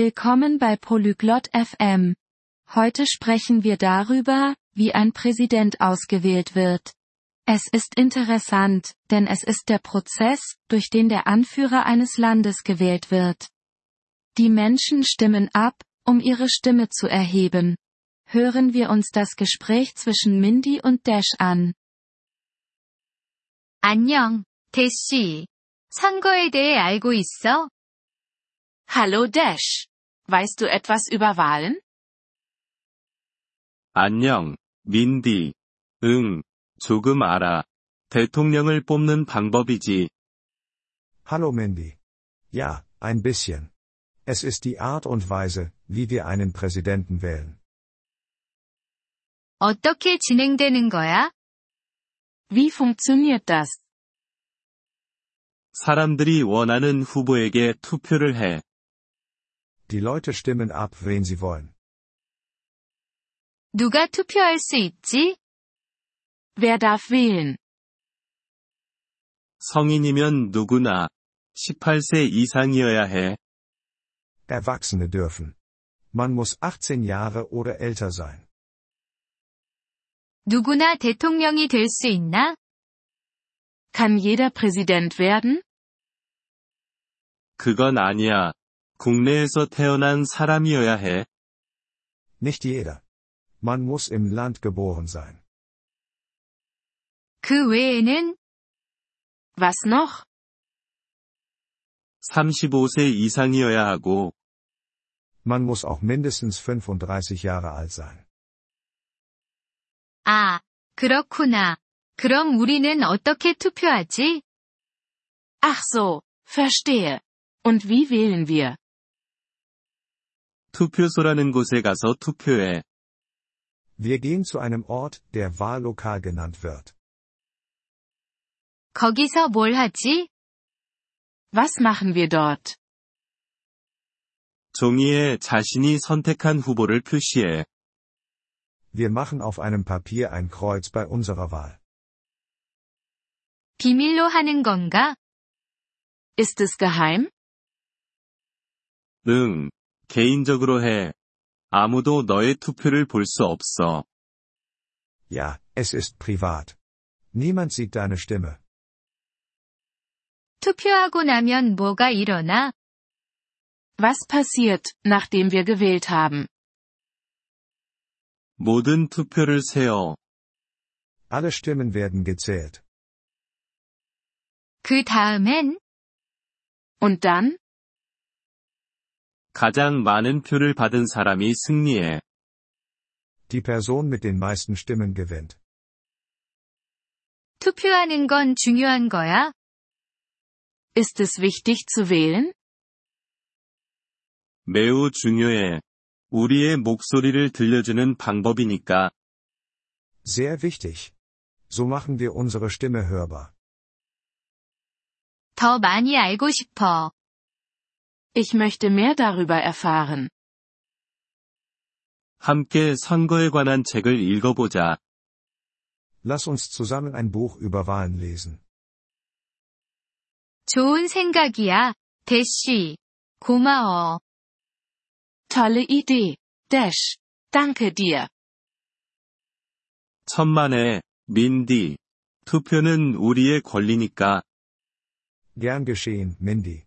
Willkommen bei Polyglot FM. Heute sprechen wir darüber, wie ein Präsident ausgewählt wird. Es ist interessant, denn es ist der Prozess, durch den der Anführer eines Landes gewählt wird. Die Menschen stimmen ab, um ihre Stimme zu erheben. Hören wir uns das Gespräch zwischen Mindy und Dash an. 안녕, 대시. 선거에 대해 알고 있어? Hallo Dash. Weißt du etwas über Wahlen? 안녕, 민디. 응, 조금 알아. 대통령을 뽑는 방법이지. Hallo Mandy. Ja, ein bisschen. Es ist die Art und Weise, wie wir einen Präsidenten wählen. 어떻게 진행되는 거야? Wie funktioniert das? 사람들이 원하는 후보에게 투표를 해. Die Leute stimmen ab, wen sie wollen. 누가 투표할 수 있지? Wer darf wählen? 성인이면 누구나 18세 이상이어야 해. Erwachsene dürfen. Man muss 18 Jahre oder älter sein. 누구나 대통령이 될 수 있나? Kann jeder Präsident werden? 그건 아니야. 국내에서 태어난 사람이어야 해. Nicht jeder. Man muss im Land geboren sein. 그 외에는 Was noch? 35세 이상이어야 하고, Man muss auch mindestens 35 Jahre alt sein. 아, 그렇구나. 그럼 우리는 어떻게 투표하지? Ach so, verstehe. Und wie wählen wir? 투표소라는 곳에 가서 투표해. Wir gehen zu einem Ort, der Wahllokal genannt wird. 거기서 뭘 하지? Was machen wir dort? 종이에 자신이 선택한 후보를 표시해. Wir machen auf einem Papier ein Kreuz bei unserer Wahl. 비밀로 하는 건가? Ist es geheim? 응, 개인적으로 해. 아무도 너의 투표를 볼 수 없어. Ja, es ist privat. Niemand sieht deine Stimme. 투표하고 나면 뭐가 일어나? Was passiert, nachdem wir gewählt haben? 모든 투표를 세어. Alle Stimmen werden gezählt. 그 다음엔 Und dann? 가장 많은 표를 받은 사람이 승리해. Die Person mit den meisten Stimmen gewinnt. 투표하는 건 중요한 거야? Ist es wichtig zu wählen? 매우 중요해. 우리의 목소리를 들려주는 방법이니까. Sehr wichtig. So machen wir unsere Stimme hörbar. 더 많이 알고 싶어. Ich möchte mehr darüber erfahren. 함께 선거에 관한 책을 읽어보자. Lass uns zusammen ein Buch über Wahlen lesen. 좋은 생각이야, 대쉬. 고마워. Tolle Idee. Dash. Danke dir. 천만에, 민디. 투표는 우리의 권리니까. Gern geschehen, Mindy.